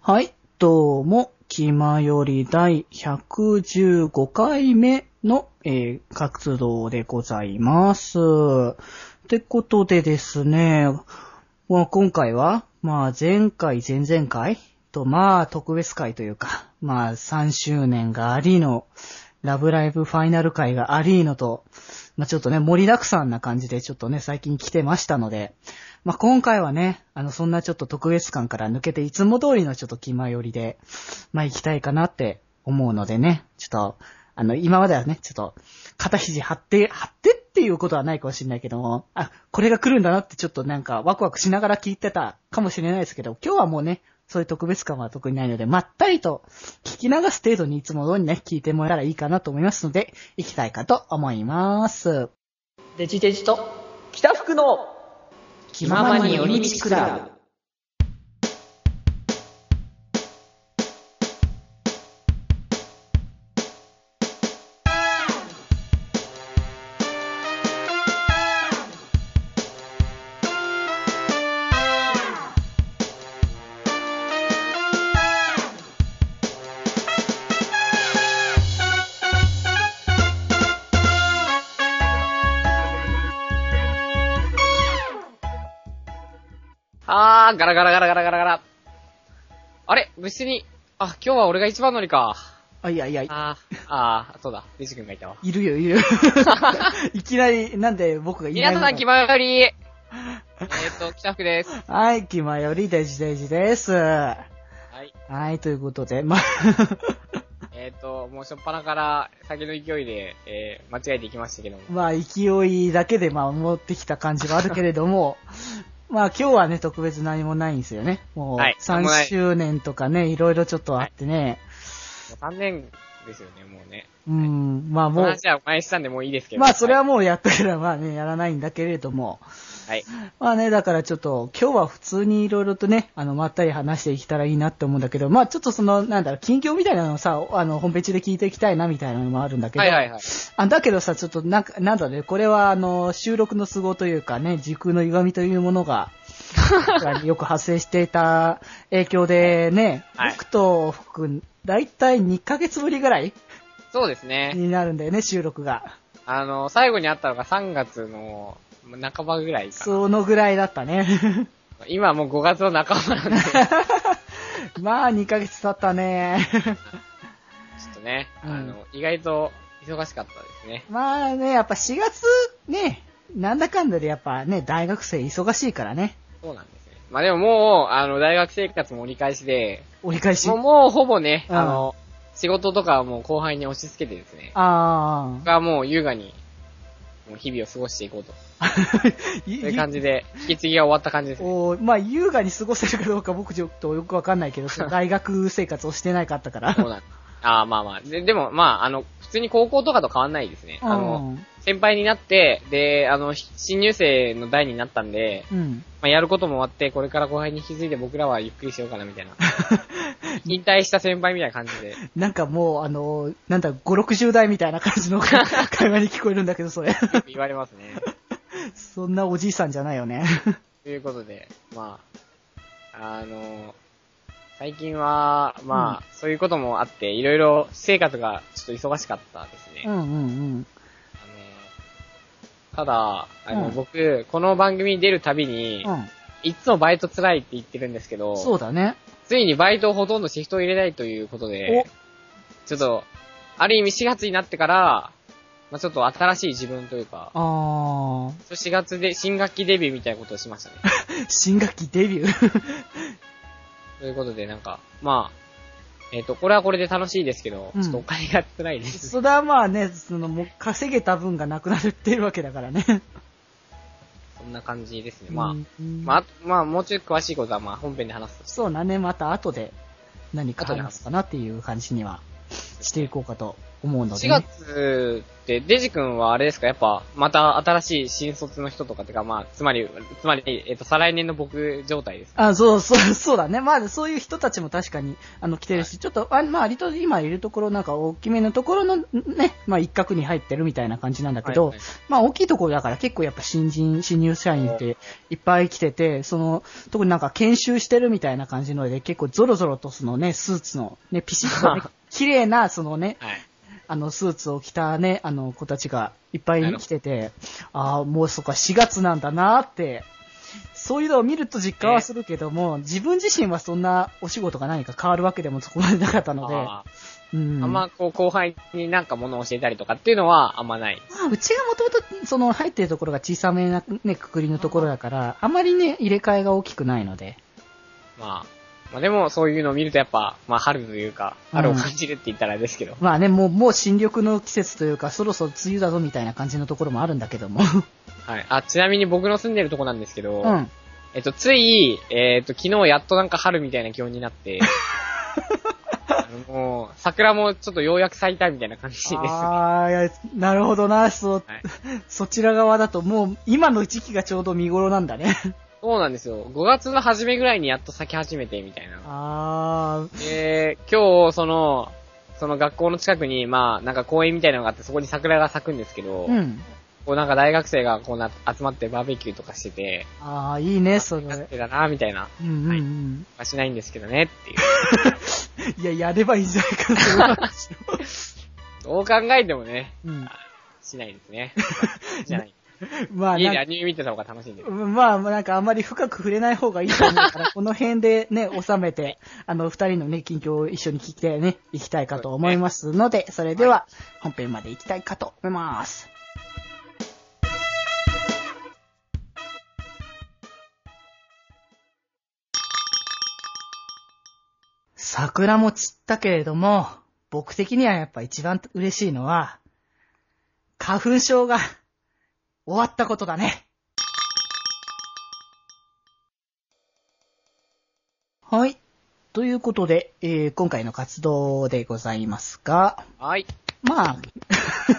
はい、どうも、気まより第115回目の、えー活動でございます。ってことでですね、まあ、今回は、まあ、前回、前々回と、まあ、特別会というか、まあ、3周年がありの、ラブライブファイナル会がありのと、まあ、ちょっとね、盛りだくさんな感じで、ちょっとね、最近来てましたので、まあ、今回はね、あの、そんなちょっと特別感から抜けて、いつも通りのちょっと気前よりで、まあ、行きたいかなって思うのでね、ちょっと、あの、今まではね、ちょっと、肩肘張って、張ってっていうことはないかもしれないけども、あ、これが来るんだなってちょっとなんかワクワクしながら聞いてたかもしれないですけど、今日はもうね、そういう特別感は特にないので、まったりと聞き流す程度にいつも通りね、聞いてもらえたらいいかなと思いますので、行きたいかと思います。デジデジと北福の気ままに寄り道クラブあー、ガラガラガラガラガラガラ。あれ部室に、あ、今日は俺が一番乗りか。あ、いやいや、あー、あー、そうだ、デジ君がいたわ。いるよ、 いるよ。いきなり、なんで僕がいな皆いのさかん、気まよ り。えーっと、北福です。はい、気前よりデジデジです。ははい。い、ということで、ま、えーっと、もうしょっぱなから酒の勢いで、えー、間違えていきましたけども。 まあ、勢いだけで、まあ、持ってきた感じはあるけれども、 まあ、今日はね、特別何もないんですよね。もう、はい何もな3い周年とかね、いろいろちょっとあってね、もう3年ですよね、もうね。うん、まあももう。う、話はお前したんでもういいですけど。まあ、それはもうやったから、まあね、やらないんだけれども、はい。はい。まあね、だからちょっと、今日は普通にいろいろとね、あの、まったり話していけたらいいなって思うんだけど、まあちょっとその、なんだろう、近況みたいなのをさ、あの、本別で聞いていきたいなみたいなのもあるんだけど、はいはいはい。あだけどさ、ちょっとなんか、なんだろうね、これはあの、収録の都合というかね、時空の歪みというもの が、よく発生していた影響でね、はい僕と福、だいたい2ヶ月ぶりぐらいそうですね。になるんだよね、収録が。あの、最後に会ったのが3月の半ばぐらいかな。そのぐらいだった ね。今はもう5月の半ばなんで、ちょまあ、2ヶ月経ったね。っとね、うんあの、意外と忙しかったですね。まあね、やっぱ4月ね、なんだかんだでやっぱね、大学生忙しいからね。そうなんですね。まあでももう、あの、大学生活も折り返しで、折り返し。もう、あもうほぼね、うんあの、仕事とかはもう後輩に押し付けてですね、あ僕はもう優雅に、もう日々を過ごしていこうと。 ー。そういう感じで、引き継ぎが終わった感じですね。 おーまあ、優雅に過ごせるかどうか僕ちょっとよくわかんないけ ど、その大学生活をしてないかったから。そうなんです。ああ、まあまあ。で、でも、まあ、あの、普通に高校とかと変わんないですね。あの、先輩になって、で、あの、ひ新入生の代になったんで、うん。うん。まあ、やることも終わって、これから後輩に引き継いで僕らはゆっくりしようかな、みた いな。引退した先輩みたいな感じで。なんかもう、あの、なんだ、5、60代みたいな感じの 会話に聞こえるんだけど、それ。 よく言われますね。そんなおじいさんじゃないよ ね。ということで、まあ、あの、最近は、まあ、そういうこともあって、いろいろ生活がちょっと忙しかったですね。うあのんうんただ、あの、うん僕、この番組に出るたびに、うん。うん。いつもバイト辛いって言ってるんですけど、そうだね。ついにバイトをほとんどシフトを入れないということで、ちょっと、ある意味4月になってから、まあ、ちょっと新しい自分というか、ああ。 4月で新学期デビューみたいなことをしましたね。 新学期デビュー。ということで、なんか、まあ、えっ、と、これはこれで楽しいですけど、うんちょっとお金が辛いです。それはまあね、その、もう稼げた分がなくなるってるわけだからね。そんな感じですね。まあ、うんまあ、あとまあ、もうちょい詳しいことは、まあ、本編で話すとしてそうだね、また後で何か話すかなっていう感じにはしていこうかと思うので、 4ね。月って、デジ君はあれですかやっぱ、また新しい新卒の人とかってか、まあ、つまり、つまり、えっと、再来年の僕状態ですかあ、そうそう、そうだね。まあ、そういう人たちも確かに、あの、来てるし、ちょっと、あまあ、割と今いるところ、なんか大きめのところの、ね、まあ、一角に入ってるみたいな感じなんだけど、はいはいまあ、大きいところだから結構やっぱ新人、新入社員っていっぱい来てて、その、特になんか研修してるみたいな感じので、結構ゾロゾロとそのね、スーツの、ね、ピシッとね、 綺麗な、そのね、はい。あの、スーツを着たね、あの、子たちがいっぱい来てて、ああ、もうそっか、4月なんだなーって、そういうのを見ると実感はするけども、自分自身はそんなお仕事が何か変わるわけでもそこまでなかったので、あうん。ーあんま、こう、後輩になんか物を教えたりとかっていうのは、あんまない。まあ、うちがもともと、その、入ってるところが小さめな、ね、くくりのところだから、あまりね、入れ替えが大きくないので。まあ、まあでも、そういうのを見るとやっぱ、まあ、春というか、春を感じるって言ったらあれですけど。まあね、もう、もう新緑の季節というか、そろそろ梅雨だぞみたいな感じのところもあるんだけども。 はい。あ、ちなみに僕の住んでるとこなんですけど、うん。えっと、つい、えっと、昨日やっとなんか春みたいな気温に なって、あのもう、桜もちょっとようやく咲いたみたいな感じです。はああ、いやなるほどな、そう、い。 そちら側だともう今の時期がちょうど見頃なんだね。そうなんですよ。5月の初めぐらいにやっと咲き始めて、みたいな。 あで、今日、その、その学校の近くに、まあ、なんか公園みたいなのがあって、そこに桜が咲くんですけど、うん。こうなんか大学生がこうな、集まってバーベキューとかしてて、ああ、いいね、それ。夏だな、みたいな。うんうんうん。まあしないんですけどね、っていう。いや、やればいいんじゃないかなそういう話 を、どう考えてもね、うん。しないで すね。じゃない。まあ、家なでアんニメ見てた方が楽しいんで。まあ、なんかあんまり深く触れない方がいいと思うから、この辺でね、収めて、あの、二人のね、近況を一緒に聞いてね、行きたいかと思いますので、それでは、本編まで行きたいかと思います。桜も散ったけれども、僕的にはやっぱ一番嬉しいのは、花粉症が 終わったことだね。はい。ということで、えー今回の活動でございますが、はい。まあ、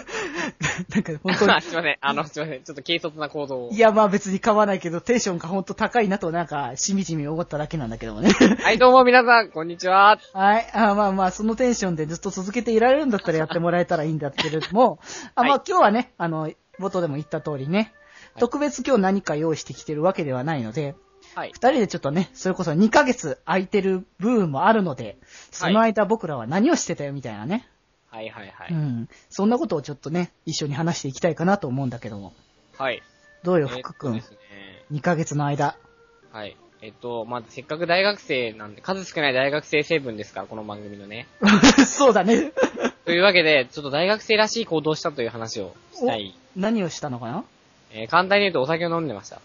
なんか本当にあ、 すいません。あの、すいません。ちょっと軽率な行動をい。や、まあ別に買わないけど、テンションがほんと高いなと、なんか、しみじみ思っただけなんだけどもね。 はい、どうも皆さん、こんにちは。はい。あまあまあ、そのテンションでずっと続けていられるんだったらやってもらえたらいいんだけれども、あまはあ今日はね、あの、冒頭でも言った通りね、特別今日何か用意してきてるわけではないので、はい。二人でちょっとね、それこそ2ヶ月空いてる部分もあるので、その間僕らは何をしてたよみたいなね。はいはいはうい。ん。そんなことをちょっとね、一緒に話していきたいかなと思うんだけども。はい。どうえよ、ーっ福と君で。すね。 2ヶ月の間。 はい。えっと、まずせっかく大学生なんで、数少ない大学生成分ですから、この番組のね。そうだね。 というわけで、ちょっと大学生らしい行動をしたという話をしたい。何をしたのかなえー簡単に言うとお酒を飲んでました。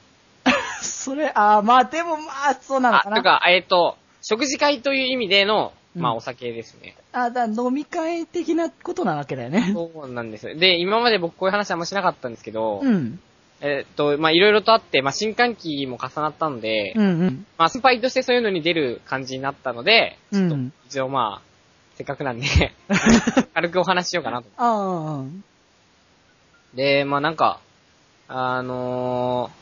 それ、あーまあでもまあ、そうなのあ、かというな。か、えっと、食事会という意味での、まあうんお酒ですね。あ、だ飲み会的なことなわけだよね。そうなんです。で、今まで僕こういう話あんましなかったんですけど、うん。えっと、まあいろいろとあって、まあ新歓期も重なったので、うんうん。まあ、先輩としてそういうのに出る感じになったので、うちょっとん、一応まあ、せっかくなんで、軽くお話ししようかなと。 ああ、で、まあなんか、あのー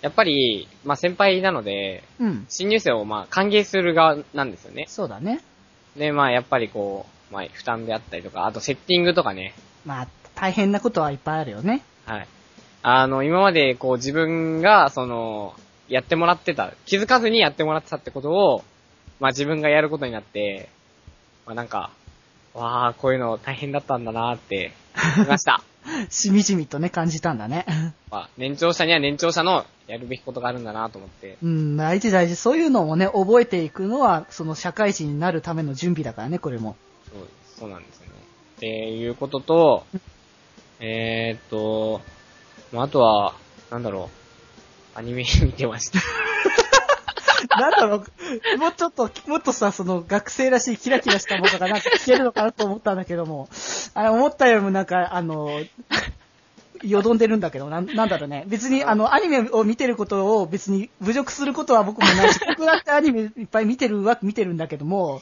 やっぱり、まあ先輩なので、うん。新入生をまあ歓迎する側なんですよね。そうだね。で、まあやっぱりこう、まあ負担であったりとか、あとセッティングとかね、まあ、大変なことはいっぱいあるよね。はい。あの、今までこう自分が、その、やってもらってた、気づかずにやってもらってたってことを、まあ自分がやることになって、まあなんか、わあ、こういうの大変だったんだなーって、思いました。しみじみとね、感じたんだね。まあ、年長者には年長者のやるべきことがあるんだなと思って。うん、大事大事。そういうのをね、覚えていくのは、その社会人になるための準備だからね、これも。そう、そうなんですよね。っていうことと、えーっと、まあ、あとは、なんだろう、アニメ見てました。 なんだろう、もうちょっと、もっとさ、その学生らしいキラキラしたものがなんか聞けるのかなと思ったんだけども、あれ思ったよりもなんか、あの、よどんでるんだけど、なんなんだろうね。別に、あの、アニメを見てることを別に侮辱することは僕もないし、僕だってアニメいっぱい見てるわ、見てるんだけども、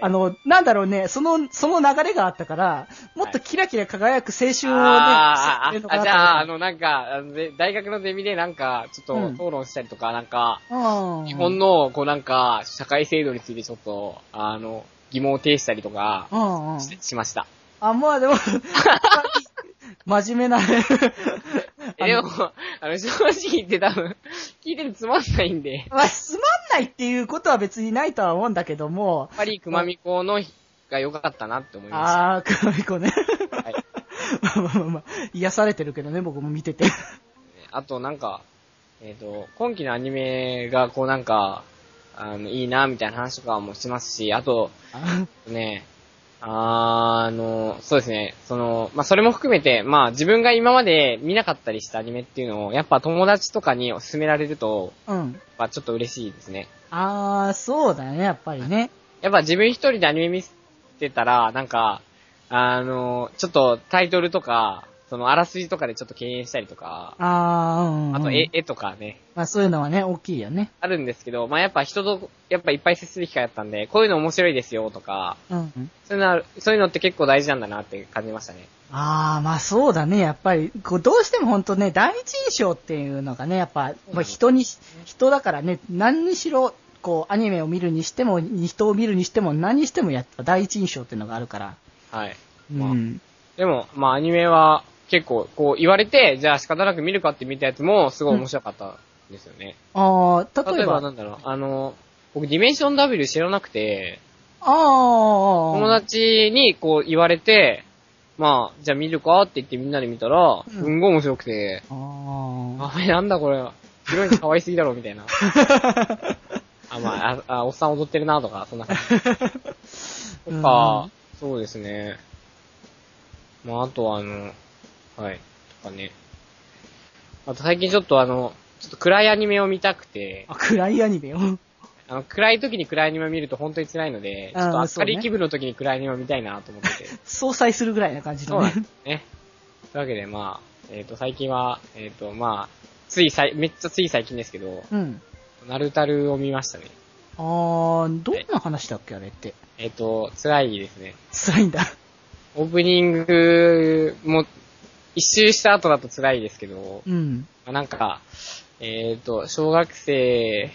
あの、なんだろうね、その、その流れがあったから、もっとキラキラ輝く青春をね、あ知ってるのかーあ、あなじとゃあ、あの、なんか、あので大学のゼミでなんか、ちょっと討論したりとか、なんか、うん日本の、こうなんか、社会制度についてちょっと、あの、疑問を呈したりとか、うんうん。ししました。あ、まあで も、真面目な。えでも、あの、正直言って多分、聞いてるつまんないんで、やっまあ、つまんないっていうことは別にないとは思うんだけども、ぱり熊美子の日が良かったなって思いまあー、黒い子ね。した。はい。まあまあまあまあ、癒されてるけどね、僕も見てて。あとなんか、えっ、と、今期のアニメがこうなんか、あの、いいなみたいな話とかもしますし、あと、ね、あの、そうですね、その、まあ、それも含めて、まあ、自分が今まで見なかったりしたアニメっていうのを、やっぱ友達とかに勧められると、うん。やっぱちょっと嬉しいですね。あー、そうだね、やっぱりね。やっぱ自分一人でアニメ見てたら、なんか、あの、ちょっとタイトルとか、その、あらすじとかでちょっと敬遠したりとか、あー、うん、うん。あと絵、絵とかね、まあそういうのはね、大きいよね。あるんですけど、まあ、やっぱ人と、やっぱいっぱい接する機会だったんで、こういうの面白いですよとか、うん。そういうのある、そういうのって結構大事なんだなって感じましたね。あー、まあそうだね、やっぱり、こう、どうしてもほんとね、第一印象っていうのがね、やっぱ、まあ、人に、人だからね、何にしろ、こう、アニメを見るにしても、人を見るにしても、何にしてもやっぱ第一印象っていうのがあるから。はい。うまあん。でも、まあ、アニメは結構、こう言われて、じゃあ仕方なく見るかって見たやつも、すごい面白かったんですよね。あー、例例ええば、ば、なんだろう、あの、僕、ディメンション W 知らなくて、あー、友達にこう言われて、まあ、じゃあ見るかって言ってみんなで見たら、うんすんごい面白くて、あー。あ、なんだこれ、ヒロイン可愛すぎだろ、みた いな。あ、まあ、あ、あおっさん踊ってるな、とか、そんな感じ。とか、そうですね。まあ、あとはあの、はい、とかね。あと最近ちょっとあの、ちょっと暗いアニメを見たくて、あ、暗いアニメ よ。あの、暗い時に暗いアニメを見ると本当に辛いので、ちあーょっとそう明ねるい気分の時に暗いアニメを見たいなと思ってて。相殺するぐらいな感じそのうなねん。ですね。というわけで、まあ、えっ、と、最近は、えっ、と、まあ、ついさい、めっちゃつい最近ですけど、うん。ナルタルを見ましたね。あー、どんな話だっけ、あれって。えっ、と、辛いですね。辛いんだ。オープニングも、一周した後だと辛いですけど、うん。まあなんか、えっ、と、小学生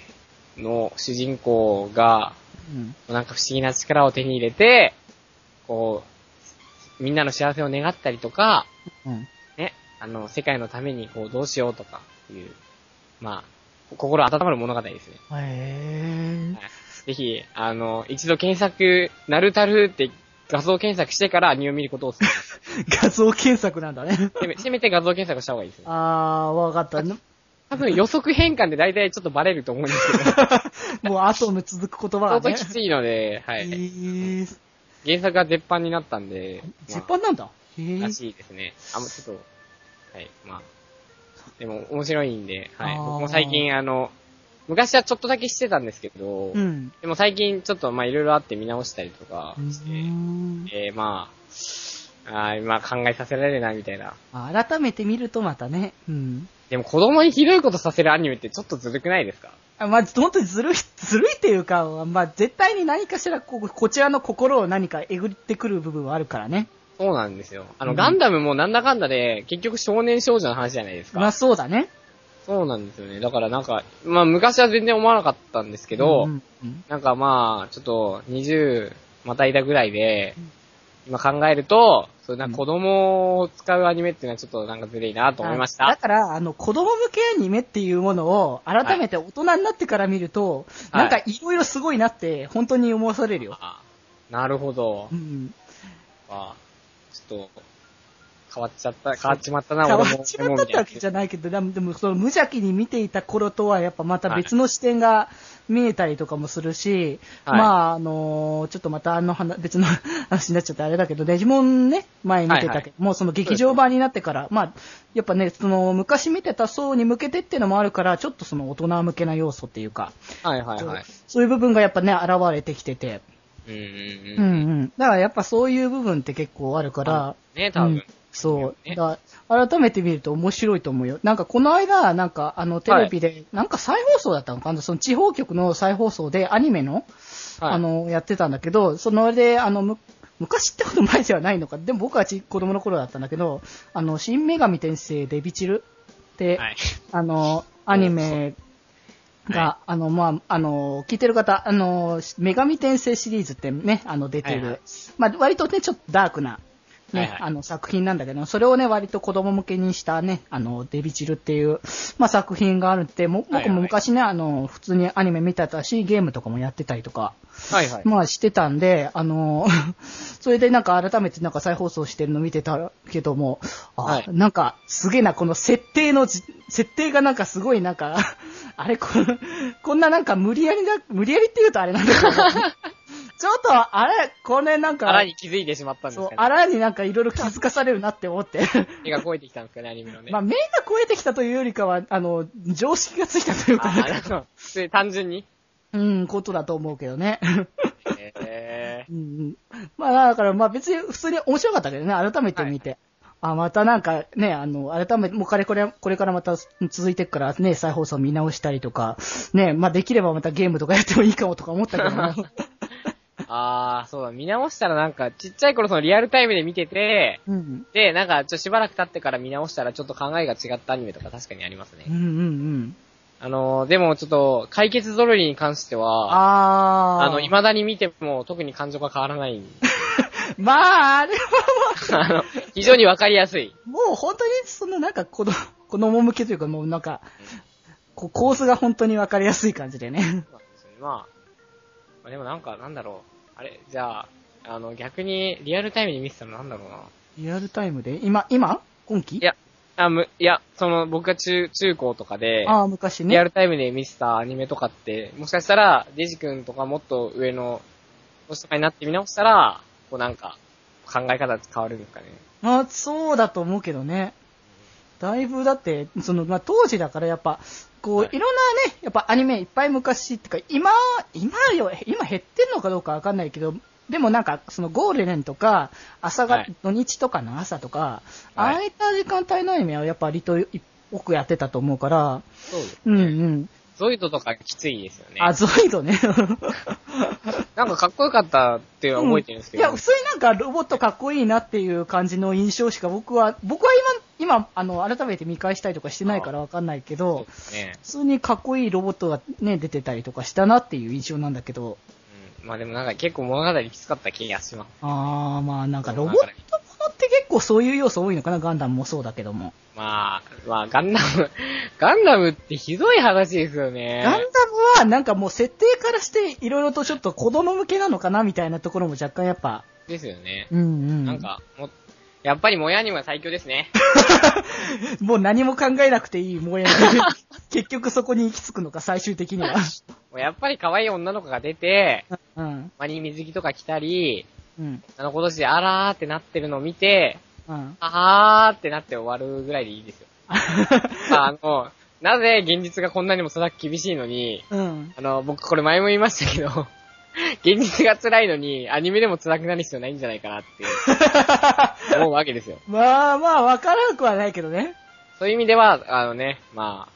の主人公が、うん。なんか不思議な力を手に入れて、こう、みんなの幸せを願ったりとか、うん。ね、あの、世界のためにこうどうしようとかいう、まあ、心温まる物語ですね。へはいぜひ、あの、一度検索、ナルタルって画像検索してからアニメを見ることをお勧 めしますー。画像検索なんだね。せめせめて画像検索した方がいいですね。 あー、わかった。も多分予測変換で大体ちょっとバレると思うんです けど、相う後の続く言葉が当ね。きついので、はえい。ー、原作が絶版になったんで、絶版なんだ。へまあらー。しいですね。あ、もうちょっと、はい、まあ。でも面白いんで、はい。あー僕も最近あの、昔はちょっとだけしてたんですけど、うん。でも最近ちょっとまあいろいろあって見直したりとかうして、んえー、まあ、あーまあ考えさせられるなみたいな。あ改めて見るとまたね。うん。でも子供にひどいことさせるアニメってちょっとずるくないですかあまあ、本当にずるい、ずるいっていうか、まあ、絶対に何かしらこ、こちらの心を何かえぐってくる部分はあるからね。そうなんですよ。あの、うんガンダムもなんだかんだで、結局少年少女の話じゃないですか。まあ、そうだね。そうなんですよね。だからなんか、まあ昔は全然思わなかったんですけけど、うんうんなんかまあ、ちょっと20またいだぐらいで、今考えると、そうなんか子供を使うアニメっていうのはちょっとなんかずるいなと思いましあだた。から、あの、子供向けアニメっていうものを、改めて大人になってから見ると、はいなんかいろいろすごいなって、本当に思わされるよ。あなるほどう。ん。あちょっと、変わっちゃった、変わっちまったな、変俺わも。っちまったってわけじゃないけど、でも、でもその無邪気に見ていた頃とは、やっぱまたはい別の視点が見えたりとかもするし、はいまあ、あのーちょっとまたあの話、 別の話になっちゃってあれだけど、デジモンね、前見てたけはいど、はいもうその劇場版になってから、まあ、やっぱね、その昔見てた層に向けてっていうのもあるから、ちょっとその大人向けな要素っていうか、はいはいはい。そういう部分がやっぱね、現れてきてて。うんううんうん。んうん。だからやっぱそういう部分って結構あるから、ね、多うん分。そう。ねだ改めて見ると面白いと思うよ。なんかこの間、なんかあのテレビで、なんか再放送だったのかなその地方局の再放送でアニメの、はい。あの、やってたんだけど、そのあれで、あの、む昔ってこと前ではないのか。でも僕はち子供の頃だったんだけど、あの、新女神転生デビチルって、はい。あの、アニメが、はあの、まあ、あの、聞いてる方、あの、女神転生シリーズってね、あの、出てる、はいはいまあ、割とね、ちょっとダークな、ね、はいはいあの、作品なんだけど、それをね、割と子供向けにしたね、あの、デビチルっていう、まあ、作品があるって、もはい僕はいも昔ね、あの、普通にアニメ見てたし、ゲームとかもやってたりとか、はいはい。まあしてたんで、あの ーそれでなんか改めてなんか再放送してるの見てたけども、あ、はいなんかすげえな、この設定のじ、設定がなんかすごいなんか、 あれこ、こんななんか無理やりな、無理やりって言うとあれなんだけ ど、ちょっとあれ、これなんか、荒に気づいてしまったんですそうか、ね。あらになんかいろいろ気づかされるなって思って。手が超えてきたんですかね、アニメのね。まあ、目が超えてきたというよりかは、あの、常識がついたというか、あー、なるほど。で単純に。うん、ことだと思うけどね。えうんうんまあ、だから、まあ別に普通に面白かったけどね、改めて見て。あ、またなんかね、あの、改めて、もうかれこれ、これからまた続いていくからね、再放送見直したりとか、ね、まあできればまたゲームとかやってもいいかもとか思ったけど もー、あー、そうだ、見直したらなんか、ちっちゃい頃そのリアルタイムで見てて、うん。で、なんか、ちょ、しばらく経ってから見直したら、ちょっと考えが違ったアニメとか確かにありますうね。んうんうん。あのー、でもちょっと、解決ぞろりに関しては、ああー。の、。未だに見ても特に感情が変わらない。 まあ、あれはあの、非常にわかりやすい。もう本当に、その なんか子供、子供向けというか、もうなんか、こう構図が本当にわかりやすい感じでね。そうなんですよね。まあ、まあでもなんか、なんだろう。あれ、じゃあ、あの、逆に、リアルタイムに見てたのなんだろうな。リアルタイムで今、今今期いやあ、む、いや、その、僕が中、中高とかで、ああ、昔ね。リアルタイムで見てたアニメとかって、もしかしたら、デジ君とかもっと上の、年とかになって見直したら、こうなんか、考え方変わるんですかね。まあ、そうだと思うけどね。だいぶ、だって、その、まあ、当時だからやっぱ、こう、はいい、ろんなね、やっぱアニメいっぱい昔っていうか、今、今よ、今減ってんのかどうかわかんないけど、でもなんか、そのゴールデンとか、朝が、はい土日とかの朝とか、はいああいった時間帯のアニメはやっぱ割と多くやってたと思うから、そうです。うんうん。ゾイドとかきついですよね。あ、ゾイドね。 なんかかっこよかったって覚えてるんですけいど。や、普通になんかロボットかっこいいなっていう感じの印象しか僕は、僕は今、今、あの、改めて見返したりとかしてないからわかんないけそうどで、すね。普通にかっこいいロボットがね、出てたりとかしたなっていう印象なんだけど、うん。まあでもなんか結構物語きつかった気がします。あー、まあなんかそロうボットだかもらのって結構そういう要素多いのかな、ガンダムもそうだけども。まあ、まあ、ガンダム、 ガンダムってひどい話ですよね。ガンダムはなんかもう設定からしていろいろとちょっと子供向けなのかなみたいなところも若干やっぱ、ですよね。うんうん。なんか、も、やっぱりもやには最強ですね。もう何も考えなくていい 萌え結局そこに行き着くのか、最終的には。もうやっぱり可愛い女の子が出て、うん。マに水着とか着たり、うん。あの今年であらーってなってるのを見て、うん。あーってなって終わるぐらいでいいですよ。まあ、あの、なぜ現実がこんなにもそだ厳しいのに、うん。あの、僕これ前も言いましたけど、現実が辛いのに、アニメでも辛くなる必要ないんじゃないかなっ ていう、思うわけですよ。まあまあ、わからなくはないけどね。そういう意味では、あのね、ま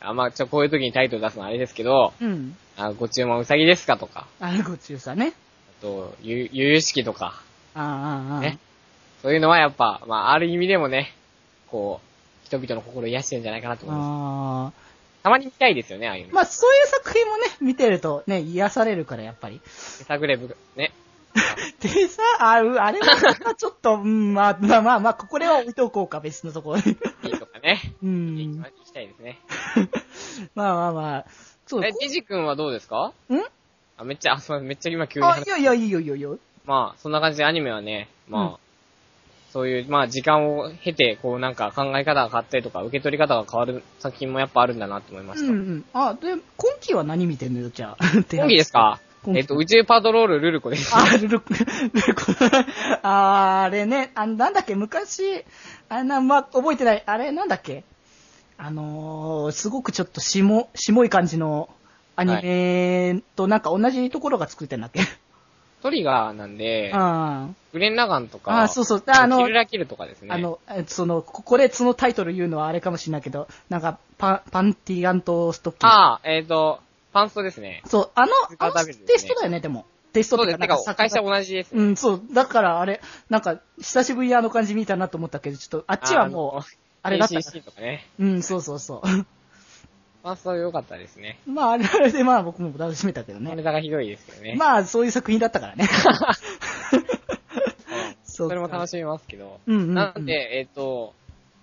あ、あまあ、ちょ、こういう時にタイトル出すのはあれですけど、うん。あご注文うさぎですかとか、あれ、ご中さね。あと、ゆ、ゆゆしきとか、ああ、ああ。ねそういうのはやっぱ、まあ、ある意味でもね、こう、人々の心を癒してるんじゃないかなと思います。ああ。たまに見たいですよね、ああいうの。まあ、そういう作品もね、見てるとね、癒されるから、やっぱ り。手探れぶ、ね。でさ、あうあれは、ちょっと、うん、まあまあまあ、まあ、これは置いとこうか、別のところ に。いいとかね。ういいん。行まきたいですね。あまあまあ。そう。え、ジジ君はどうですかんあ、めっちゃ、あ、そう、めっちゃ今急にあ、話いやいや、いいよいいよいいよ。まあ、そんな感じでアニメはね、まあ、うんそういう、まあ、時間を経て、こう、なんか考え方が変わったりとか、受け取り方が変わる作品もやっぱあるんだなって思いまうしんた。うん。あ、で、今期は何見てんのよ、じゃあ。って今期ですか今期えっと、宇宙パトロールルルコです。 あ、ルルコ、ルルコ、 あれね、あなんだっけ、昔、あれな、まあ、覚えてない、あれなんだっけ、あのー、すごくちょっとしも、しもい感じのアニメとなんか同じところが作ってんだっけ。トリガーなんで、あグレン・ラガンとあ。か、あそうそう。あキのル、ラキルとかですね。あの、えその、ここでそのタイトル言うのはあれかもしれないけど、なんか、パン、パンティガンとストッキング。ああ、えっ、と、パンストですね。そう、あの、鈴鹿あのダビルですねテストだよね、でも。テストそとうです。てなんかか、会社同じですね。うん、そう。だから、あれ、なんか、久しぶりにあの感じ見たなと思ったけど、ちょっと、あっちはもう、あれだった。 c とかね。うん、そうそうそう。 パンスト良かったですね。まあ、あれあれで、まあ、僕も楽しめたけどネね。タがひどいですけどね。まあ、そういう作品だったからね。うんそ それも楽ししみますけど。うんうんうんなんで、えっ、と、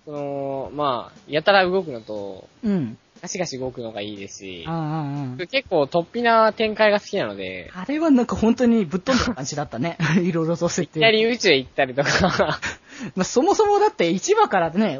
その、まあ、やたら動くのと、い。うん。ガシガシ動くのがいいですしあ、あああ結構突飛な展開が好きなので、あれはなんか本当にぶっ飛んだ感じだったね。い ろいろと設いきな定。り宇宙へ行ったりとか、 まあ、そもそもだって1話からね、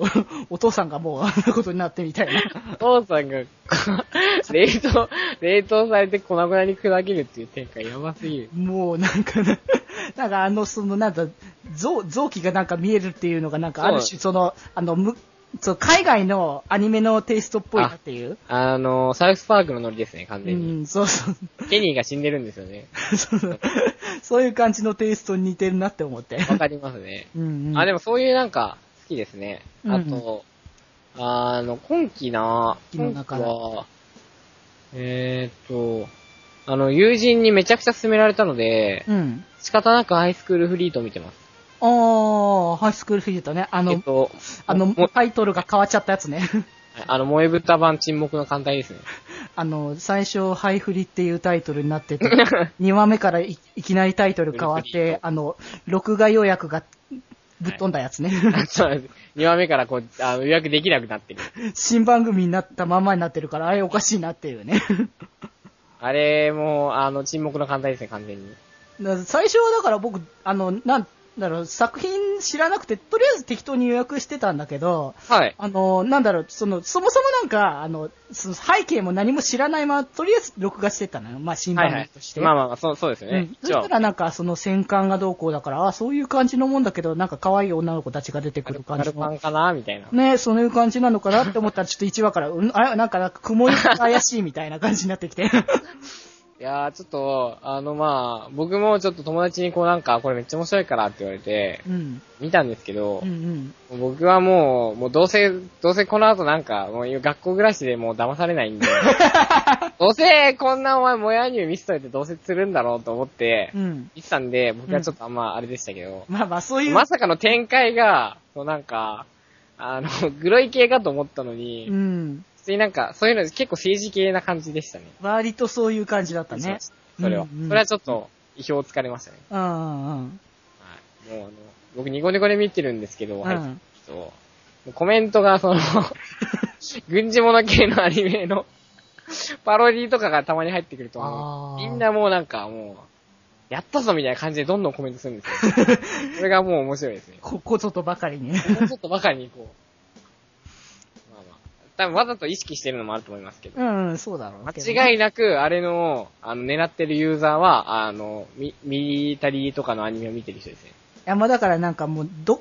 おお 父さんがもうあんなことになってみたいな。お父さんが、こう冷凍、冷凍されて粉々に砕けるっていう展開やばすぎる。もうなんかね、 なんかあの、そのなんか、臓臓器がなんか見えるっていうのがなんかある種、その、あの、むそう海外のアニメのテイストっぽいなっていう。あの、サウスパークのノリですね、完う全に。ん、そうそう。 ケニーが死んでるんですよね。そうそういう感じのテイストに似てるなって思って。わかりますね。うん、うん。あ、でも、もそういうなんか、好きですね。うんあと、あの、今期な、今期の今期中だは、えーっと、あの、友人にめちゃくちゃ勧められたので、うん。仕方なくハイスクールフリート見てます。あー、ハイスクールフィギュアとね、あの、えっと、あのも、タイトルが変わっちゃったやつね。 あの、萌え豚版沈黙の艦隊ですね。 あの、最初、ハイフリっていうタイトルになって て、2話目からいいきなりタイトル変わっフリフリて、あの、録画予約がぶっ飛んだやつね。そうなんです。2話目からこう、あの予約できなくなってる。新番組になったまんまになってるから、あれおかしいなっていうね。 あれも、あの、沈黙の艦隊ですね、完全に。だから最初はだから僕、あの、なんだろう、作品知らなくて、とりあえず適当に予約してたんだけど、はい。あの、なんだろう、その、そもそもなんか、あの、その背景も何も知らないまま、とりあえず録画してたのよ。まあ、新は番いは組いとし。て。まあまあまあ、そう、そうですようねん。そ一し応たらなんかその戦艦がどうこうだから、あそういう感じのもんだけど、なんか可愛い女の子たちが出てくる感ガルじパの。ンかなみたいな。ねそういう感じなのかなって思ったら、ちょっと1話から、うん、あれなんか、なんか曇りが怪しいみたいな感じになってきて。 いやー、ちょっと、あのまあ、僕もちょっと友達にこうなんか、これめっちゃ面白いからって言われて、うん。見たんですけどうんう、ん。僕はもう、もうどうせ、どうせこの後なんか、もう学校暮らしでもう騙さ れないんで、どうせこんなお前もやアニメ見せといてどうせ釣るんだろうと思ってう、ん。見てたんで、僕はちょっとあんまあれでしたけど、まあまあ、そういう。まさかの展開が、そうなんか、あの、グロい系かと思ったのに、うん。普通になんか、そういうの結構政治系な感じでしたね。割とそういう感じだったね。それは。うんうんそれはちょっと、意表をつかれましたね。うんうんうん。はい。もうあの、僕ニコニコで見てるんですけうど、んはい。そうもうコメントがその、 軍事物系のアニメのパロディとかがたまに入ってくると、あーもうみんなもうなんかもう、やったぞみたいな感じでどんどんコメントするんです よ。それがもう面白いですね。こ、こぞとばかりに。もうちょっとばかりにこう。まあまあ。多分わざと意識してるのもあると思いますけど。うんうん、そうだろうな。間い。違いなく、あれの、あの、狙ってるユーザーは、あの、ミミリタリーとかのアニメを見てる人ですね。や、まあだからなんかもう、ど、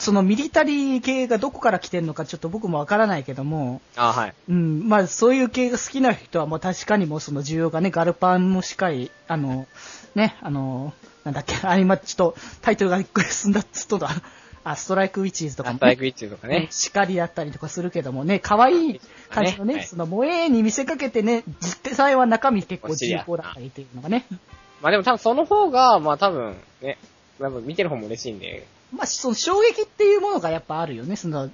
そのミリタリー系がどこから来てるのかちょっと僕もわからないけども、あはい。うん、まあそういう系が好きな人はもう確かにもうその需要がね、ガルパンもしっかり、あの、ね、あの、なんだっけ、あれ今ちょっとタイトルが一個進んだっつっとんだ、あ、ストライクウィッチーズとかアンもタイね、クイッチとかねね。しっかりだったりとかするけどもね、可愛い感じのね、はいその萌えに見せかけてね、実際は中身結構お尻重や厚だったりっていうのがね、まあでも多分その方が、まあ多分、ね、多分見てる方も嬉しいんで。まあその衝撃っていうものがやっぱあるよね、その、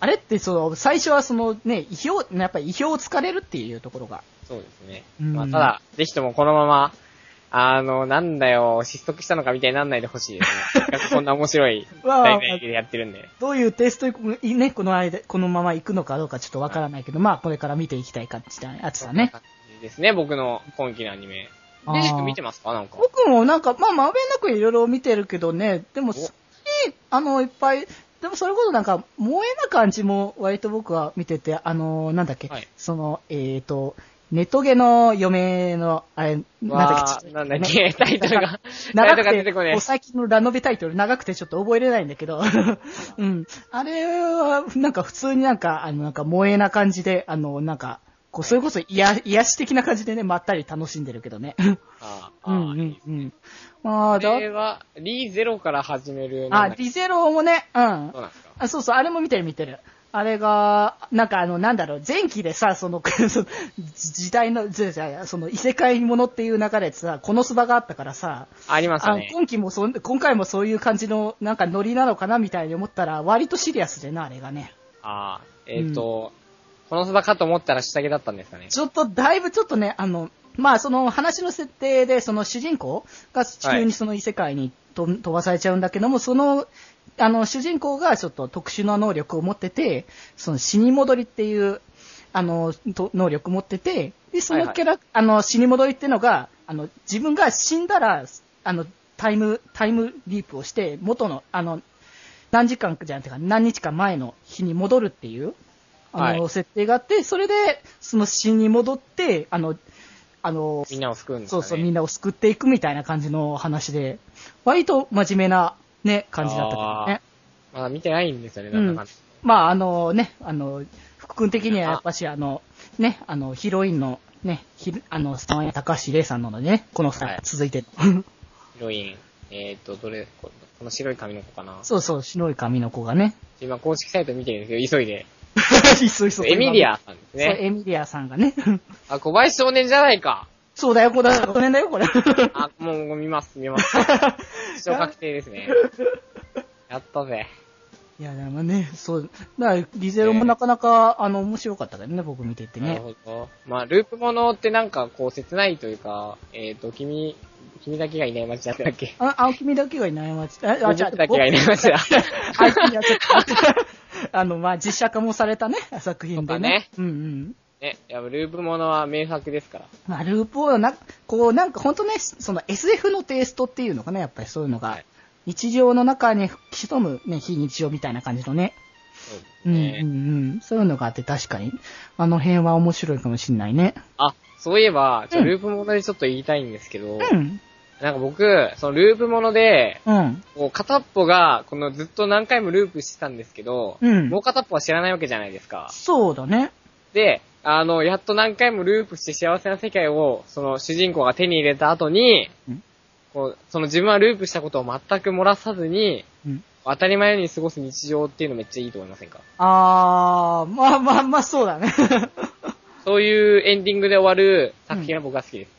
あれってその、最初はそのね、意表、やっぱり意表をつかれるっていうところが。そうですね。うんまあただ、ぜひともこのまま、あの、なんだよ、失速したのかみたいになんないでほしいですね。 せっかくこんな面白い、わあ大々でやってるんで。どういうテイストにね、この間、このまま行くのかどうかちょっとわからないけど、まあ、これから見ていきたい感じだね、やつだね。感じですね、僕の今期のアニメ。あーデジ君見てますかなんか。僕もなんか、まあ、まんべんなくいろいろ見てるけどね、でも、すげえあの、いっぱい、でもそれこそなんか、萌えな感じも割と僕は見てて、あの、なんだっけ、はいその、えっ、と、ネトゲの嫁の、あれ、なんだっわけあ、ちょっと、なんだっけ、タイトルが、タ長イトルくが出てて、こねもう最近のラノベタイトル長くてちょっと覚えれないんだけど、うん。あれは、なんか普通になんか、あの、なんか萌えな感じで、あの、なんか、こう、それこそ癒、癒し的な感じでね、まったり楽しんでるけどね。あうあ、あんあ、うんうん。まあ、こだ、れは、リーゼロから始める。あ、リゼロもね、うんそう。なんですかあそうそう、あれも見てる見てる。あれが、なんかあの、なんだろう、前期でさ、その、 その時代の、じゃじゃその、異世界ものっていう中でさ、このスバがあったからさ、ありますあね。今期もそん、今回もそういう感じの、なんかノリなのかなみたいに思ったら、割とシリアスでな、あれがね。ああ、えっ、と、この空かと思ったら下着だったんですかね。ちょっと、だいぶちょっとね、あの、まあ、その話の設定で、その主人公が地球にその異世界にと飛ばされちゃうんだけども、その、あの、主人公がちょっと特殊な能力を持ってて、その死に戻りっていう、あの、と能力を持ってて、で、そのキャラ、あの、死に戻りっていうのが、あの、自分が死んだら、あの、タイム、タイムリープをして、元の、あの、何時間じゃなくてか、何日か前の日に戻るっていう、あの、は設定があって、それで、その死に戻って、あの、あの、みんなを救うんですかそね。うそう、みんなを救っていくみたいな感じの話で、割と真面目な、ね、感じだったけどね。まだ見てないんですよね、なんだかんだ。まあ、あのね、あの、福君的にはやっぱし、あの、ね、あの、ヒロインの、ね、ひるあの、スタン高橋玲さんなのでね、この二人はい続いてる。 ヒロイン。えっ、と、どれ、ここの白い髪の子かな。そうそう、白い髪の子が ね。 今、公式サイト見てるんですけど、急いで。いそいそエミリアさんですそう、ね。エミリアさんがね。あ、小林少年じゃないか。そうだよ、これ、これだよ、これ。あ、もうもう見ます、見 ます。視聴確定ですね。やったぜ。いや、でもね、そう、だから、リゼロもなかなか、あの、面白かったけどね、僕見ててなるね。ほど。まあ、ループものってなんか、こう、切ないというか、えっ、と、君、君だけがいない街だったっけあ、青君だけがいない街、え、あ、君じゃあ、だけがいない街だ。あいつにはちょっと あの、まあ、実写化もされたね、作品でね。うんうん。 ね、いやループものは名作ですから。まあ、ループをな、こう、なんか本当ね、その SF のテイストっていうのかな、やっぱりそういうのはがい。日常の中に潜む、ね、非日常みたいな感じのね。そうですうんうんね。うん。そういうのがあって確かに、あの辺は面白いかもしんないね。あ、そういえば、ちょうんループものでちょっと言いたいんですけど、うん。なんか僕、そのループもので、うん。こう片っぽが、このずっと何回もループしてたんですけど、うんもう片っぽは知らないわけじゃないですか。そうだね。で、あの、やっと何回もループして幸せな世界を、その主人公が手に入れた後にうん、こう、その自分はループしたことを全く漏らさずに、うん。当たり前に過ごす日常っていうのめっちゃいいと思いませんかあー、まあまあまあ、そうだね。 そういうエンディングで終わる作品は僕は好きです。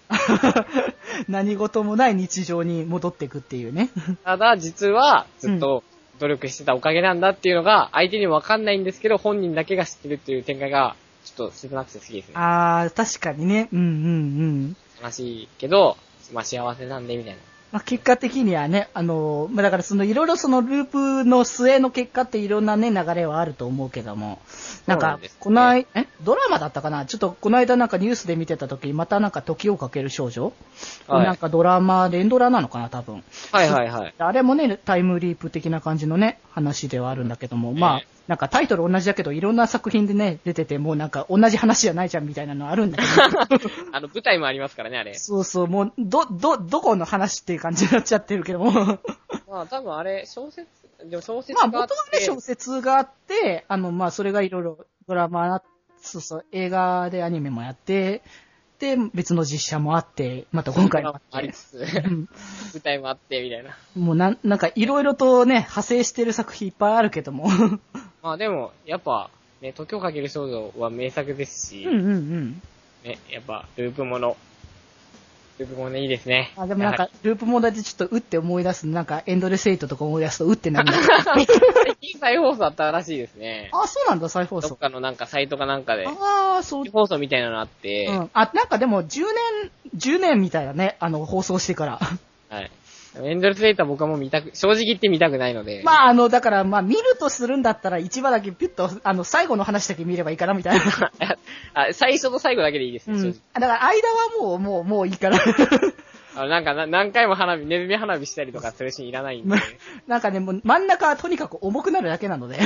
何事もない日常に戻っていくっていうね。ただ、実は、ずっと努力してたおかげなんだっていうのが、相手にもわかんないんですけど、本人だけが知ってるっていう展開が、ちょっと切なくて好きですね。あー、確かにね。うんうんうん。悲しいけど、まあ幸せなんで、みたいな。まあ、結果的にはね、あのーまあ、だからそのいろいろそのループの末の結果っていろんなね、流れはあると思うけども、なんそうなかんですね、こない、え、ドラマだったかなちょっとこの間なんかニュースで見てた時、またなんか時をかける少女、はいなんかドラマ、連ドラなのかな多分。はいはいはい。あれもね、タイムリープ的な感じのね、話ではあるんだけども、まあね、なんかタイトル同じだけど、いろんな作品でね、出てて、もうなんか同じ話じゃないじゃんみたいなのあるんだけど、あの、舞台もありますからね、あれ。そうそう、もう、ど、ど、どこの話っていう感じになっちゃってるけど も。まあ、多分あれ、小説、でも小説まあ、があっ元て、はね、小説があって、あの、まあ、それがいろいろドラマ、そうそう、映画でアニメもやって、で、別の実写もあって、また今回もああっりて。つつ、うん舞台もあって、みたいな。もうなん、なんかいろいろとね、派生してる作品いっぱいあるけども。うんまあでも、やっぱ、ね、時をかける少女は名作ですし、うんうん。ね、やっぱ、ループもの。ループものね、いいですね。あ、でもなんやか、ループ問題でちょっと打って思い出す、なんかエンドレスエイトとか思い出すと打ってなるはり、最近再放送あったらしいですね。あ、そうなんだ、再放どっ送。かのなんかサイトかなんかで、ああ、そう再。放送みたいなのあって、うん。あ、なんかでも10年、10年みたいなね、あの、放送してから。はい。エンドレスデータ僕はもう見たく、正直言って見たくないので、 まあ、あの、だから、まあ、見るとするんだったら、一話だけピュッと、あの、最後の話だけ見ればいいかな、みたい な。 あ、最初と最後だけでいいですうね、正直ん。。だから、間はもう、もう、もういいから。あの、なんかな、何回も花火、ネズミ花火したりとかするシーンいらないんで。い なんかね、もう、真ん中はとにかく重くなるだけなので。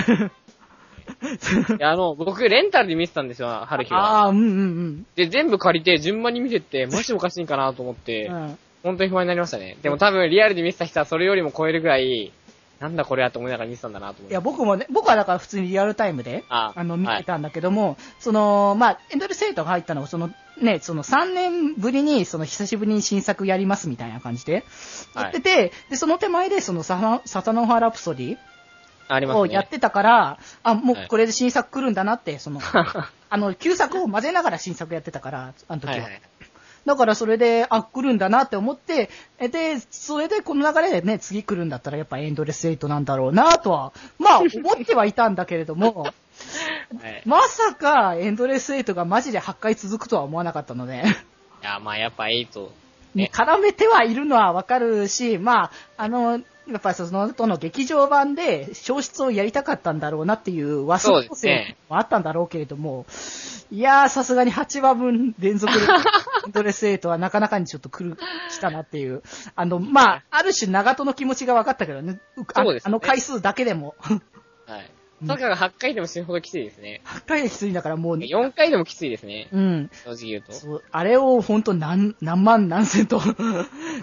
や、あの、僕、レンタルで見てたんですよ、春日は。 ああ、うんうんで、全部借りて、順番に見てって、マジでおかしいんかなと思っうて、ん。うん。本当に不安になりましたね。でも多分、リアルで見てた人はそれよりも超えるぐらい、なんだこれやと思いながら見てたんだなと思って。いや、僕もね、僕はだから普通にリアルタイムで、あの、見てたんだけども、その、まあ、エンドレセイトが入ったのは、その、ね、その3年ぶりに、その、久しぶりに新作やりますみたいな感じで、はいやってて、で、その手前で、そのサタ、サタノハラプソディありますをね。や ってたから、あ、もうはいこれで新作来るんだなって、 その、あの、旧作を混ぜながら新作やってたから、あの時は。はいはい。だからそれで、あ、来るんだなって思って、えで、それでこの流れでね、次来るんだったらやっぱエンドレスエイトなんだろうなとは、まあ思ってはいたんだけれども、はい、まさかエンドレスエイトがマジで8回続くとは思わなかったので、いや、まあやっぱ8。ね絡めてはいるのはわかるし、まあ、あの、やっぱりその後の劇場版で消失をやりたかったんだろうなっていう和そう装です性ねもあったんだろうけれども、いやー、さすがに8話分連続でエンドレス8はなかなかにちょっと来る、来たなっていう。あの、まあ、ある種長門の気持ちが分かったけどね、うあそうですあねの回数だけでも。 はい。うんとにかく8回でも死ぬほどきついですね。 8回できついんだからもう、 4回でもきついですね。うん。正直言うと。そう、あれを本当何、何万何千と 繰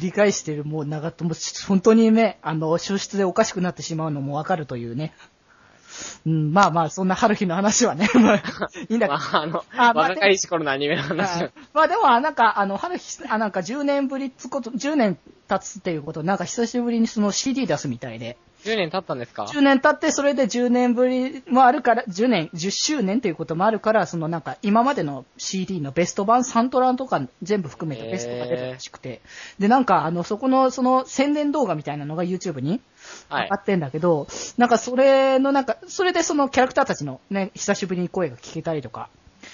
り返してるもう長友、本当にね、あの、消失でおかしくなってしまうのもわかるというね。うん、まあまあ、そんな春日の話はね、 まあいいんだけど。まあ、あの、あまあ若かりし頃のアニメの話はをいまあでも、あなんか、あの、春日、あなんか10年ぶりっつこと、10年経つっていうこと、なんか久しぶりにその CD 出すみたいで。 10年経ったんですか10年経って、それで10年ぶりもあるから、10年、10周年ということもあるから、そのなんか、今までの CD のベスト版、サントラとか全部含めてベストが出るらしくて。で、なんか、あの、そこの、その宣伝動画みたいなのが YouTube にはいあ。ってんだけど、なんかそれのなんか、それでそのキャラクターたちのね、久しぶりに声が聞けたりとか、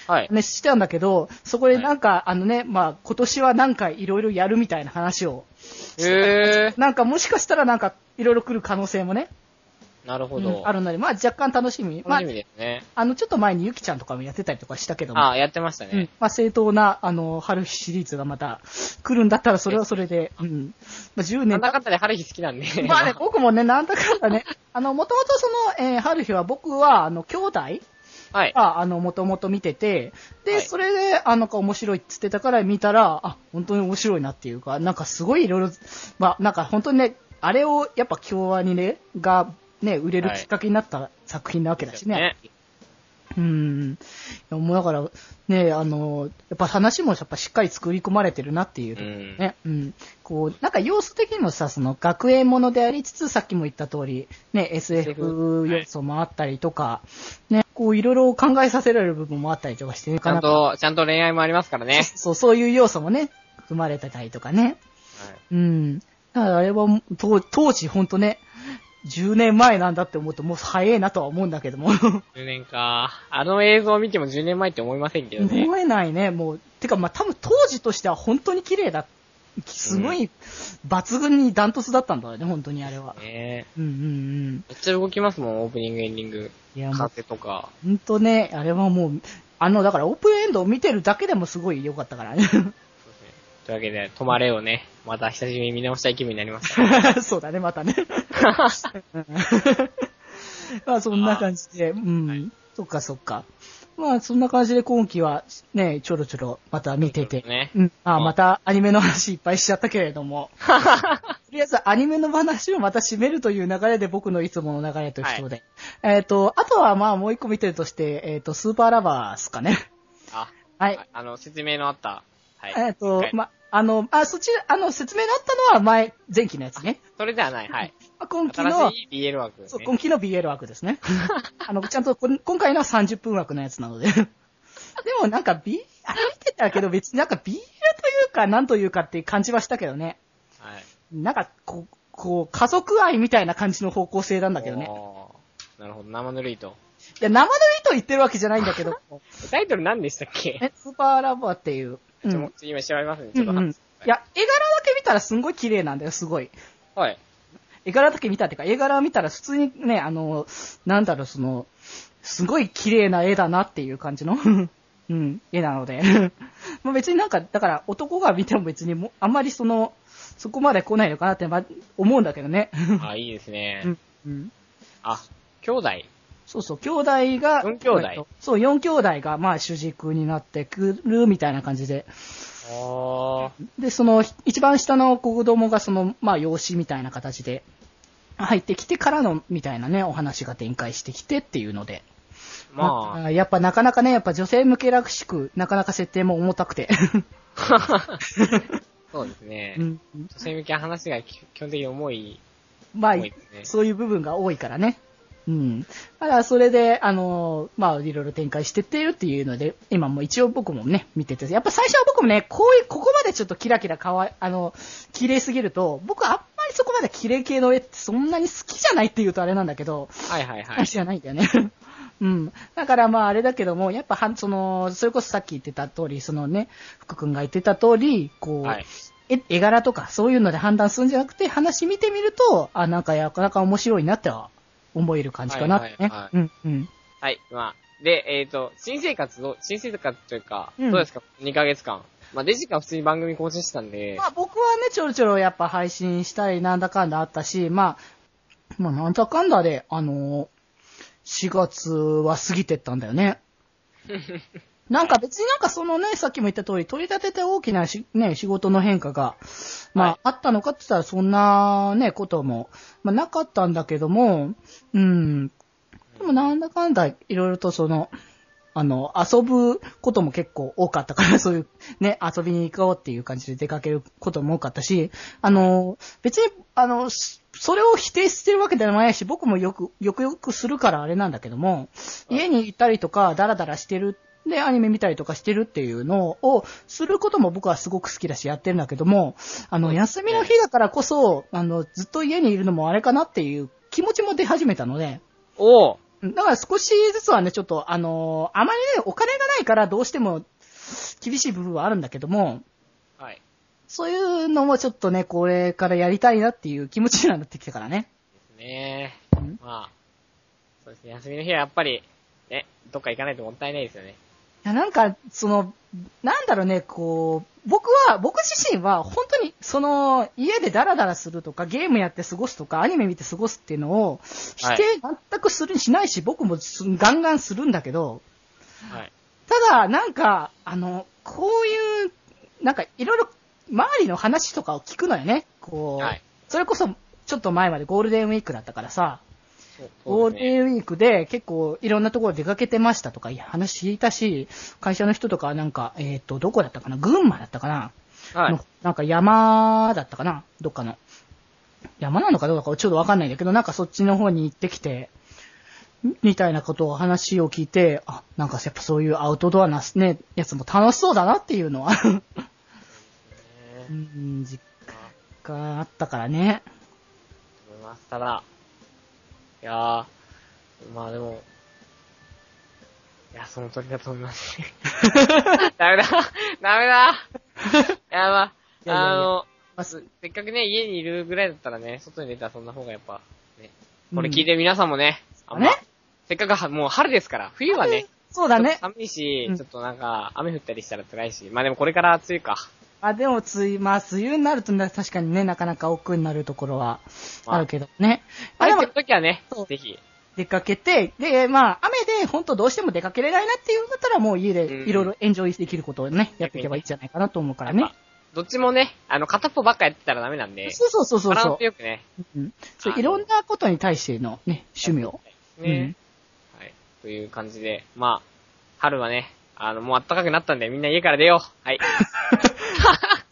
はい。ね、してたんだけど、そこでなんか、あのね、まあ、今年はなんかいろいろやるみたいな話を、えなんかもしかしたらなんか、いろいろ来る可能性もね、ー、 なるほうど。んあるので、まあ若干楽しみ。まあ楽しみですね。あの、ちょっと前にゆきちゃんとかもやってたりとかしたけども、あ、やってましたうんね。まあ、正当な、あの、春日シリーズがまた来るんだったら、それはそれで、うん。まあ、10年なんだかんだで春日好きなんで。まあね、僕もね、なんだかんだね、あの、もともとその、えー春日は僕は、あの、兄弟 はい。が、あの、もともと見てて、で、はいそれで、あの、なんか面白いって言ってたから見たら、あ、本当に面白いなっていうか、なんかすごいいろいろ、まあ、なんか本当にね、あれを、やっぱ京アニね、が、ね、売れるきっかけになった作品なわけだしね。うん。いやもうだから、ね、あの、やっぱ話もやっぱしっかり作り込まれてるなっていうう。ん。ね、うん。こう、なんか要素的にもさ、その学園ものでありつつ、さっきも言った通り、ね、SF 要素もあったりとか、ね、こういろいろ考えさせられる部分もあったりとかして、なちゃんと、ちゃんと恋愛もありますから ね。そう、そういう要素もね、含まれてたりとかね。うん。だからあれはもう、当当時ほんとね、10年前なんだって思うと、もう早いなとは思うんだけども。 10年か。あの映像を見ても10年前って思いませんけどね。思えないね、もう。てか、まあ、多分当時としては本当に綺麗だ。すごい、抜群にダントツだったんだよね、本当にあれは。ねうんうんうん。めっちゃ動きますもん、オープニング、エンディング。いや、もう、風とか。本当ね、あれはもう、あの、だからオープンエンドを見てるだけでもすごい良かったからね。 そうですねというわけで、止まれをね、また久しぶりに見直したい気分になりましそうだね、ま たね。た。まあ、そんな感じで、うん。そっかそっか。まあ、そんな感じで今期は、ね、ちょろちょろ、また 見てて。ね。うん。あ、うんまたアニメの話いっぱいしちゃったけれど も。とりあえずアニメの話をまた締めるという流れで僕のいつもの流れと一緒で。えっ、と、あとはまあもう一個見てるとして、えっ、と、スーパーラバーですかね。あ、はい。あの、説明のあった。はい。えっ、と一、回ま、あの、あ、そっち、あの、説明のあったのは前、前期のやつね。それではない。はい。ま今期の、新しい BL 枠、ね。そう、今期の BL 枠です ね。あの、ちゃんとこん今回のは30分枠のやつなので。でもなんか B、あれ見てたけど別になんか BL というかなんというかっていう感じはしたけどね。はい。なんか、こう、こう、家族愛みたいな感じの方向性なんだけどね。おーなるほど、生ぬるいと。いや、生ぬるいと言ってるわけじゃないんだけ ど、タイトル何でしたっけね、スーパーラバーっていう。うちょん。もう今調べますね、うちょっんとう話ん、いや、絵柄だけ見たらすんごい綺麗なんだよ、すごい。はい。絵柄だけ見たっていうか、絵柄見たら普通にね、あの、なんだろう、その、すごい綺麗な絵だなっていう感じの、 うん、絵なので。 まあ別になんか、だから男が見ても別にもう、あんまりその、そこまで来ないのかなって、まあ、思うんだけどね。あ、いいですね。 うんうんあ、兄弟。そうそう、兄弟が、四兄弟えっとそう、4兄弟が、まあ、主軸になってくるみたいな感じで。おー。で、その、一番下の子供が、その、まあ、養子みたいな形で、入ってきてからの、みたいなね、お話が展開してきてっていうので。まあ、あ、やっぱなかなかね、やっぱ女性向けらしく、なかなか設定も重たくて。そうですね。 うん女性向けは話が基基本的に重い。まあ、多いですねそういう部分が多いからね。うん。だから、それで、あのーまあ、いろいろ展開してってるっていうので、今も一応僕もね、見てて、やっぱ最初は僕もね、こういう、ここまでちょっとキラキラかわい、あの、綺麗すぎると、僕あんまりそこまで綺麗系の絵ってそんなに好きじゃないっていうとあれなんだけど、はいはいはい。話じゃないんだよね。 うん。だからまああれだけども、やっぱは、その、それこそさっき言ってた通り、そのね、福君が言ってた通り、こう、はい。え絵柄とかそういうので判断するんじゃなくて、話見てみると、あ、なんかなかなか面白いなっては思える感じかなってはいねはいは。いうんうん。はい。まあ、で、えっ、と、新生活を、新生活というか、うんどうですか ?2 ヶ月間。まあ、デジカは普通に番組更新してたんでま、あ僕はね、ちょろちょろやっぱ配信したりなんだかんだあったし、まあ、まあなんだかんだで、あのー、4月は過ぎてったんだよ ね。なんか別になんかそのね、さっきも言った通り、取り立てて大きなし、ね、仕事の変化が、まあ、はいあったのかって言ったらそんなね、ことも、まあなかったんだけども、うん。でもなんだかんだいろいろとその、あの、遊ぶことも結構多かったから、 そういうね、遊びに行こうっていう感じで出かけることも多かったし、あの、別に、あの、そそれを否定してるわけでもないし、僕もよく、よくよくするからあれなんだけども、家にいたりとか、ダラダラしてる、で、アニメ見たりとかしてるっていうのを、することも僕はすごく好きだし、やってるんだけども、あの、休みの日だからこそ、あの、ずっと家にいるのもあれかなっていう気持ちも出始めたので、おーだから少しずつはね、ちょっと、あのーあまりね、お金がないからどうしても厳しい部分はあるんだけども、はい。そういうのもちょっとね、これからやりたいなっていう気持ちにはなってきたからね。ですねうんまあ、そうですね。休みの日はやっぱり、ね、どっか行かないともったいないですよね。いや、なんか、その、なんだろうね、こう、僕は、僕自身は本当に、その、家でダラダラするとか、ゲームやって過ごすとか、アニメ見て過ごすっていうのを、否定全くする、しないし、僕もすガンガンするんだけど、はい。ただ、なんか、あの、こういう、なんか、いろいろ、周りの話とかを聞くのよね。こう、はい。それこそ、ちょっと前までゴールデンウィークだったからさ、そうゴーそうルですデね。ンウィークで結構いろんなところ出かけてましたとかいや話聞いたし、会社の人とかなんか、えっ、と、どこだったかな群馬だったかな、はいの。なんか山だったかなどっかの。山なのかどうかちょっとわかんないんだけど、なんかそっちの方に行ってきて、みみたいなことを話を聞いて、あ、なんかやっぱそういうアウトドアなね、やつも楽しそうだなっていうのは、うん、実感あったからね。思います。ただ、いやー、まあでも、いや、その通りだと思いますね。 ダメだダメだいや、まいやいやいやあ、あの、まあせすっかくね、家にいるぐらいだったらね、外に出たらそんな方がやっぱ、ね、これ聞いてる皆さんもね、あんまねせっかくはもう春ですから、冬はね、そうだねちょ。っと寒いし、うんちょっとなんか、雨降ったりしたら辛いし、まあでもこれから梅雨か。あ、でも、つい、まあ、梅雨になるとね、確かにね、なかなか億劫になるところはまああるけどね。あ、入でってもる、時はねそう、ぜひ、出かけて、で、まあ、雨で、本当どうしても出かけれないなっていうんだったら、もう家うんでいろいろエンジョイできることをね、やっていけばいいんじゃないかなと思うからね。どっちもね、あの、片っぽばっかやってたらダメなんで、そうそうそうそうバランそスよくね。う、うんそう。いろんなことに対してのね、趣味を。ね、はい。という感じで、まあ、春はね、あの、もう暖かくなったんで、みんな家から出よう。はい。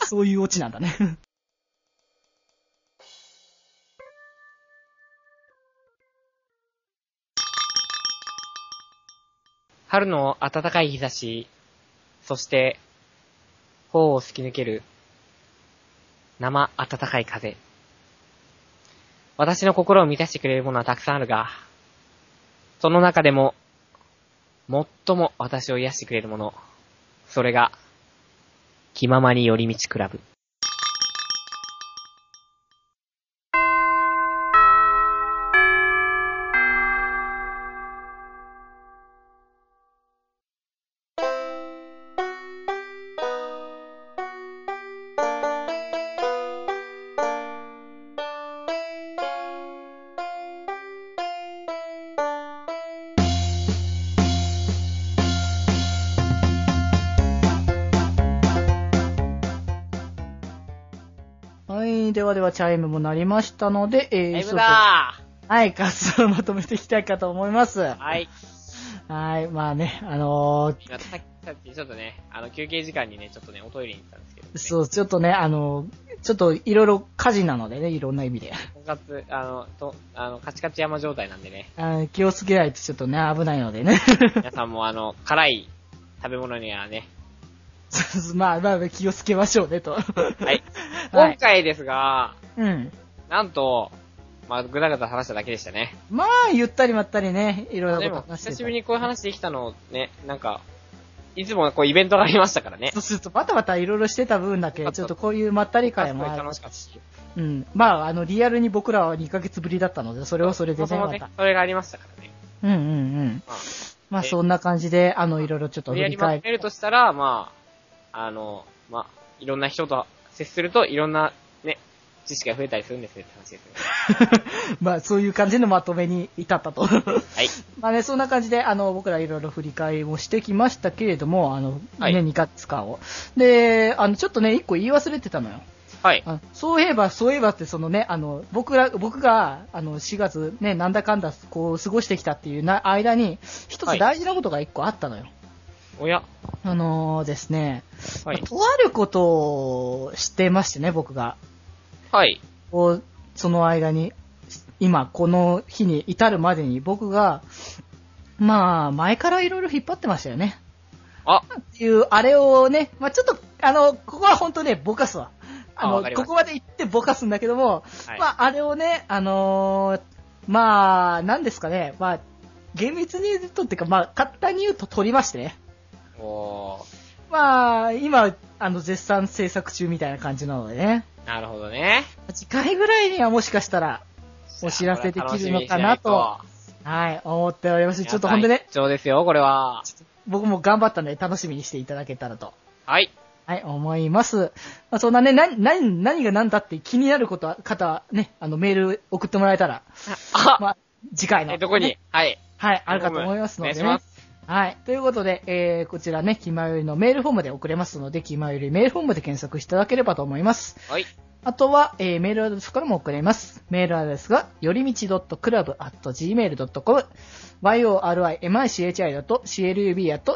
そういうオチなんだね。春の暖かい日差し、そして、頬を突き抜ける、生暖かい風。私の心を満たしてくれるものはたくさんあるが、その中でも、最も私を癒してくれるもの、それが、気ままに寄り道クラブ。にではではチャイムも鳴りましたので、えーラそイブろそろだはい、活動をまとめていきたいかと思います。ーはい。はい、まあね、あのー今、さっき、さっきちょっとね、あの、休憩時間にね、ちょっとね、おトイレに行ったんですけど、ね。そう、ちょっとね、あのーちょっといろいろ火事なのでね、いろんな意味で。とんかつ、あの、と、あの、カチカチ山状態なんでね。あー気をつけないとちょっとね、危ないのでね。 皆さんもあの、辛い食べ物にはね。そうそう まあまあまあ、気をつけましょうね、と。はい。はい今回ですが、うん。なんと、まあ、ぐだぐだ話しただけでしたね。 まあ、ゆったりまったりね、いろいろでなこも、と話して久たしぶりにこういう話できたのね、なんか、いつもこうイベントがありましたからねそ。うすると、バタバタいろいろしてた分だけ、ちょっとこういうまったり会もある楽しかったし。うん。まあ、あの、リアルに僕らは2ヶ月ぶりだったので、それはそれでそもそね、もまねた。、それがありましたからね。うんうんうん。まあ、まあ、えそんな感じで、あの、いろいろちょっと無振理やりりま返っとめるとしたら、まあ、あの、まあ、いろんな人と接すると、いろんな、ね、知識が増えたりするんですねって話ですね。まあ、そういう感じのまとめに至ったと。 はい。まあね、そんな感じで、あの、僕らいろいろ振り返りもしてきましたけれども、あの、はいね、2ヶ月間を。で、あの、ちょっとね、1個言い忘れてたのよ。はい。あそういえば、そういえばって、そのね、あの、僕ら、僕が、あの、4月、ね、なんだかんだ、こう、過ごしてきたっていうな間に、一はつい大事なことが1個あったのよ。おや。あのーですね、はい。とあることをしてましてね、僕が。はい。こうその間に、今、この日に至るまでに僕が、まあ、前からいろいろ引っ張ってましたよね。あ、っていう、あれをね、まあちょっと、あの、ここは本当ね、ぼかすわ。ああの、わかりまこしたこまで行ってぼかすんだけども、はいまああれをね、あのーまあなんですかね、まあ厳密に言うとっていうか、まあ簡単に言うと取りましてね。おー。まあ、今、あの、絶賛制作中みたいな感じなのでね。なるほどね。次回ぐらいにはもしかしたら、お知らせできるのかなと、はい、思っております。ちょっとほんでね、貴重ですよ、これは。僕も頑張ったので楽しみにしていただけたらと、はい。はい、思います。まあ、そんなね、な、な、何が何だって気になることは、方はね、あの、メール送ってもらえたら、あ、まあ、次回の、え、どこにはい。はい、あるかと思いますので、おね。願いします。はい。ということで、えー、こちらね、気まよりのメールフォームで送れますので、気まよりメールフォームで検索していただければと思います。はい。あとは、えーメールアドレスからも送れます。メールアドレスが、よりみち .club.gmail.com、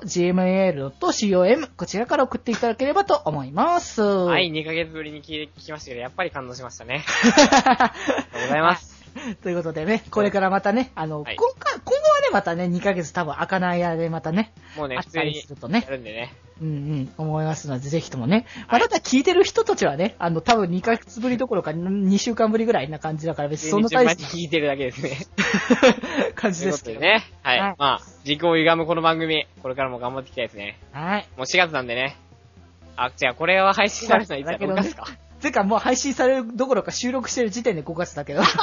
yorimichi.club.gmail.com、こちらから送っていただければと思います。は、。はい2ヶ月ぶりに聞いて聞きましたけど、やっぱり感動しまし たね。ありがとうございます。ということでね、これからまたね、あの、はい今回、今後はね、またね、2ヶ月多分開かない間でまたね、もうね、あ普っ通たりにするとやね、るんでね。うんうん、思いますので、ぜひともね。まはあ、いただ聞いてる人たちはね、あの、多分2ヶ月ぶりどころか2週間ぶりぐらいな感じだから、別にそんな順大番しにた聞いてるだけですね。感じとでいうこすとけでど。ね。はい。はいまあ、時空を歪むこの番組、これからも頑張っていきたいですね。はい。もう4月なんでね。あ、違う、これは配信されるのはいつだだけろどねうですかてかもう配信されるどころか収録してる時点で5月だけど。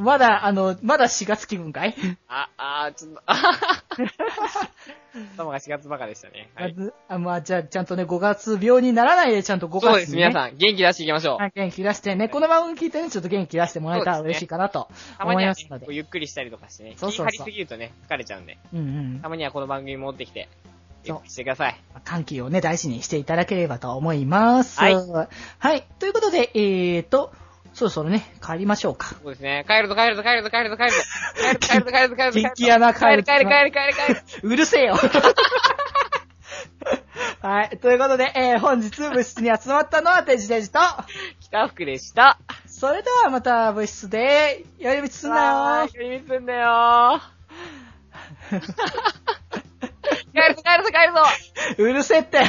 まだ、あの、まだ4月気分かい、あ、あー、ちょっと、あはは は頭が4月バカでしたね。はい。まずあまあ、じゃあ、ちゃんとね、5月病にならないで、ちゃんと5月に、ね。そうです、皆さん、元気出していきましょう。はい元気出してね、この番組聞いてね、ちょっと元気出してもらえたらそうですね嬉しいかなとたま思にいは、まねすの、で。こうゆっくりしたりとかしてね、そうそうそう気張りすぎるとね、疲れちゃうんで、うんうんた。まにはこの番組戻ってきて、そうゆっくりしてください。歓喜をね、大事にしていただければと思います。はいはい。ということで、えーと、そろそろね、帰りましょうか。 そうですね。帰ると帰ると帰ると帰ると帰ると。帰ると帰ると帰ると帰ると帰ると。元気やな帰る帰る帰る帰る帰る帰る。うるせえよ はい。ということで、えー、本日部室に集まったのはデジデジと、北福でした。それではまた部室で、寄り道すんなよー。寄り道すん だよー。帰るぞ帰るぞ帰るぞうるせえって